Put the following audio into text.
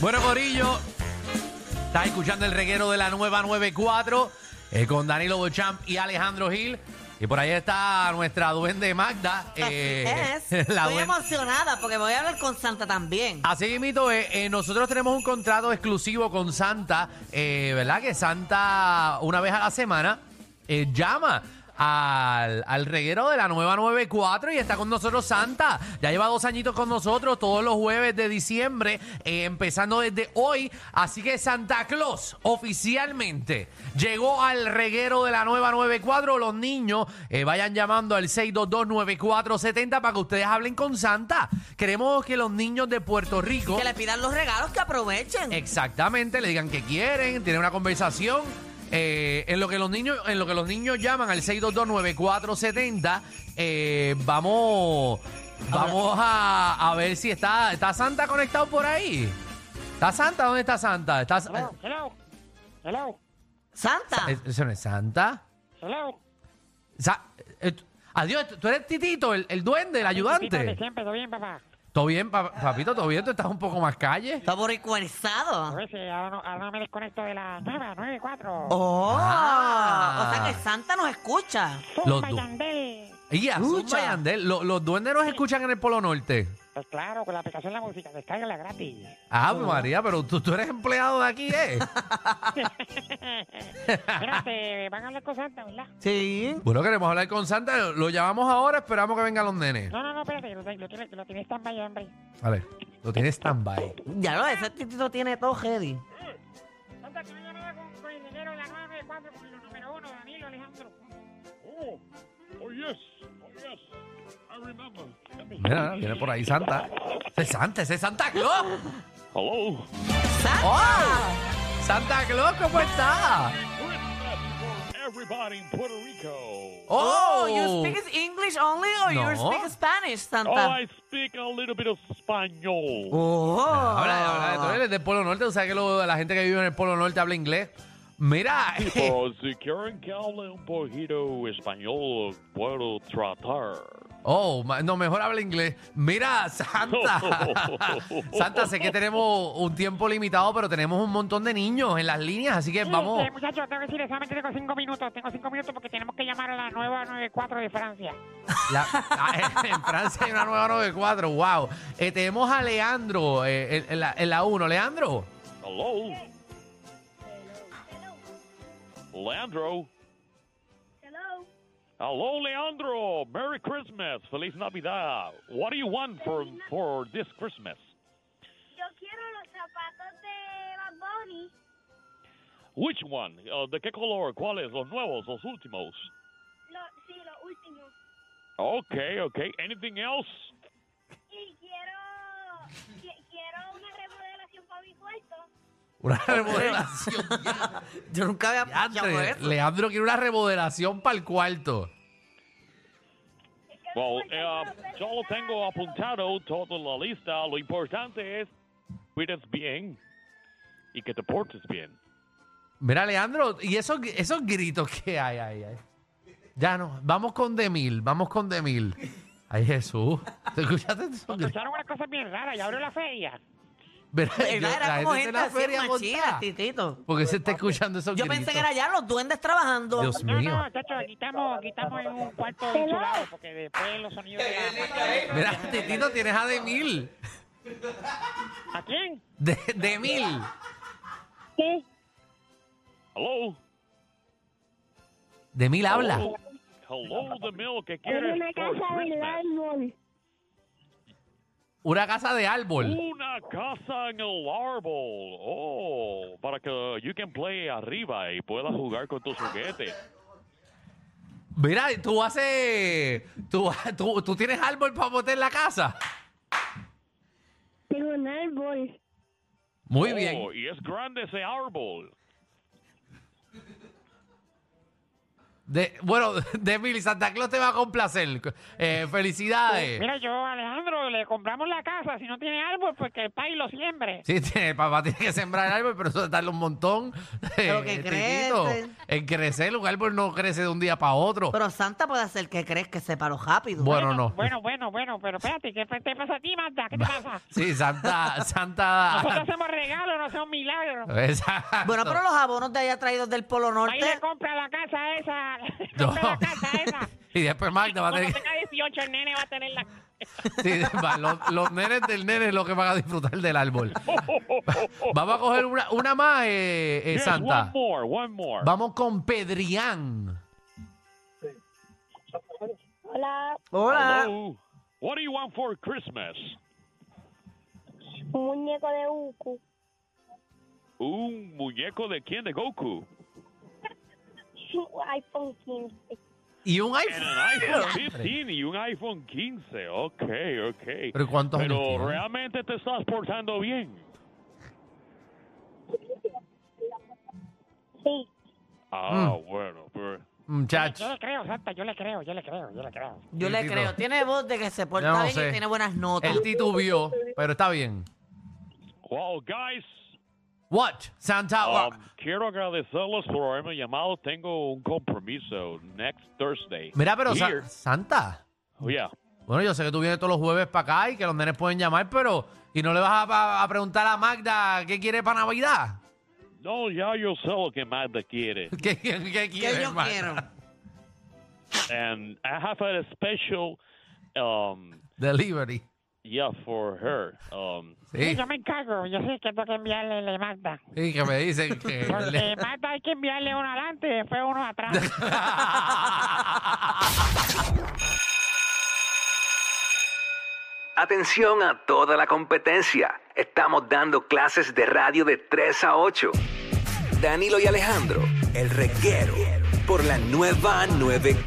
Bueno, Corillo, estás escuchando el reguero de la nueva 94 eh, con Danilo Bochamp y Alejandro Gil. Y por ahí está nuestra duende Magda. eh, Así es. la Ah, Estoy duen- emocionada porque voy a hablar con Santa también. Así mito, nosotros tenemos un contrato exclusivo con Santa, eh, ¿verdad? Que Santa una vez a la semana eh, llama al, al reguero de la nueva 94 y está con nosotros Santa. Ya lleva dos añitos con nosotros todos los jueves de diciembre, eh, empezando desde hoy. Así que Santa Claus oficialmente llegó al reguero de la nueva 94. Los niños eh, vayan llamando al 622-9470 para que ustedes hablen con Santa. Queremos que los niños de Puerto Rico... Que le pidan los regalos, que aprovechen. Exactamente, le digan que quieren, tienen una conversación. Eh, en lo que los niños, en lo que los niños llaman al 6229470, eh, vamos, vamos a, a ver si está, está Santa conectado por ahí. ¿Está Santa? ¿Dónde está Santa? ¿Está, Hello, hello, hello, Santa. eh, ¿Eso no es Santa? hello. Sa- eh, tú- adiós, tú eres Titito, el, el duende, el Tito, ayudante. que siempre todo bien, papá. ¿Todo bien, pa- papito? ¿Todo bien? ¿Tú estás un poco más calle? Está A boricuanizado. ver si ahora no, ahora no me desconecto de la nueva 94. Oh. Ah. O sea que Santa nos escucha. los Zumba dos. Yandel. Y a Zumba Escucha. y Andel, lo- los duendes nos escuchan en el Polo Norte. Pues claro, con la aplicación de la música, descárgala gratis. Ah, María, pero tú, tú eres empleado de aquí, ¿eh? Mira, te van a hablar con Santa, ¿verdad? Sí. bueno, queremos hablar con Santa, lo, lo llamamos ahora, esperamos que vengan los nenes. No, no, no, espérate, lo, lo, tienes- lo tienes tan mayor, hombre. Vale, lo tienes stand-by. Ya lo, ese titito tiene todo ready. Santa, que no llamaba con, con el dinero de la 94, con lo número uno, Danilo Alejandro. Oh, oh yes, oh yes, I remember. Mira, viene por ahí Santa. Ese es Santa, ese es Santa Claus. Hello. Santa. Oh. Santa Claus, ¿cómo está? Christmas for everybody in Puerto Rico. Oh, you speak English only or you No. speak Spanish, Oh, Santa. I speak a little bit of Spanish. Oh. Habla, habla, tú eres del Polo Norte, o sea que lo- la gente que vive en el Polo Norte habla inglés. Mira, Pero si quieren que hable un poquito español, puedo tratar. Oh, ma- no, mejor habla inglés. Mira, Santa. Santa, sé que tenemos un tiempo limitado, pero tenemos un montón de niños en las líneas, así que Sí, vamos. sí, muchachos, tengo que decirles, solamente tengo cinco minutos. Tengo cinco minutos porque tenemos que llamar a la nueva 94 de Francia. La- ah, en Francia hay una nueva 94, wow. Eh, tenemos a Leandro eh, en, en la, en la 1. Leandro, Hello. Leandro. Hello. Hello, Leandro. Merry Christmas. Feliz Navidad. What do you want for for this Christmas? Yo quiero los zapatos de Bad Bunny. Which one? Uh, ¿De qué color? ¿Cuáles? Los nuevos, los últimos. Lo- sí, los últimos. Okay, okay. Anything else? Y quiero, qui- quiero una remodelación para mi cuarto. una remodelación. Yo nunca había escuchado Diantre, eso. Leandro quiere una remodelación para el cuarto. Es que mi Well, cuarto eh, no lo yo lo tengo apuntado todo en la lista. Lo importante es cuides bien y que te portes bien. Mira, Leandro, y esos, esos gritos que hay ahí. ahí. Ya no, vamos con Demil, vamos con Demil. Ay, Jesús. ¿Te escuchaste esos gritos? Escucharon una cosa bien rara, ya abrió la feria. Pero ¿Verdad? yo- Era la como gente gente en la así en feria machida, montada. titito. Porque se está escuchando esos Yo gritos. pensé que era ya los duendes trabajando. Dios No, no, mío. muchachos, aquí estamos, aquí estamos en un cuarto insulado porque después los sonidos de la... Mira, Titito, tienes a Demil. ¿A quién? De, Demil. tengo. Hello. Demil habla. Hello, hello the milk. ¿Qué En quieres una for casa del Christmas? árbol. Una casa de árbol. Una casa en el árbol. Oh, para que you can play arriba y puedas jugar con tus juguetes. Mira, tú haces. Tú, tú, tú tienes árbol para botar en la casa. Tengo un árbol. Muy Oh, bien. Y es grande ese árbol. De- bueno, Demil, Santa Claus te va a complacer. Eh, felicidades. Mira, yo, Alejandro, le compramos la casa. Si no tiene árbol, pues que el país lo siembre. Sí, tiene- papá tiene que sembrar el árbol, pero eso tarda un montón. Eh, Pero que Titito, crece. En crecer, un árbol no crece de un día para otro. Pero Santa puede hacer que crees que sepa lo rápido. ¿eh? Bueno, no. Bueno, bueno, bueno, pero espérate, ¿qué te pasa a ti, Marta? ¿Qué te pasa? Sí, Santa, Santa. Nosotros hacemos regalo, no sea un milagro. Exacto. Bueno, pero los abonos de allá traídos del Polo Ahí le Norte. compra la casa esa. Le No. compra la casa esa. Y después Magda va a Cuando tener que... tenga 18, el nene va a tener la. Sí, va, los, los nenes del nene es lo que van a disfrutar del árbol. Vamos a coger una, una más, eh, eh, Yes, one Santa. more, one more. Vamos con Pedrián. Hola, Hola. Hello. What do you want for Christmas? un muñeco de Uku. Un muñeco de quién? De Goku. iPhone 15. Y un And iPhone. an iPhone 15 y un iPhone 15. Ok, ok. Pero ¿cuántos años Pero tiene? realmente te estás portando bien. Sí. Ah, Mm. bueno. Pero... Muchacho. Yo le creo, Santa, yo le creo, yo le creo, yo le creo. Yo Sí, le Tito. creo. Tiene voz de que se porta Yo no bien sé. y tiene buenas notas. El titubió, pero está bien. Well, guys, What? Santa. Um, quiero agradecerles por haberme llamado. Tengo un compromiso next Thursday. Mira, pero Sa- Here. Santa. Oh, yeah. Bueno, yo sé que tú vienes todos los jueves para acá y que los nenes pueden llamar, pero. ¿Y no le vas a, a- a preguntar a Magda qué quiere para Navidad? No, ya yo sé lo que Magda quiere. ¿Qué, qué, qué que quiere, yo Magda? quiero. And I have a special, um, Delivery. yeah, for her. Um, Sí. Yo me encargo, yo sé que tengo que enviarle le Magda. Sí, que me dicen que. Porque Magda hay que enviarle uno adelante y después uno atrás. Atención a toda la competencia. Estamos dando clases de radio de 3 a 8. Danilo y Alejandro, el reguero, por la nueva 9.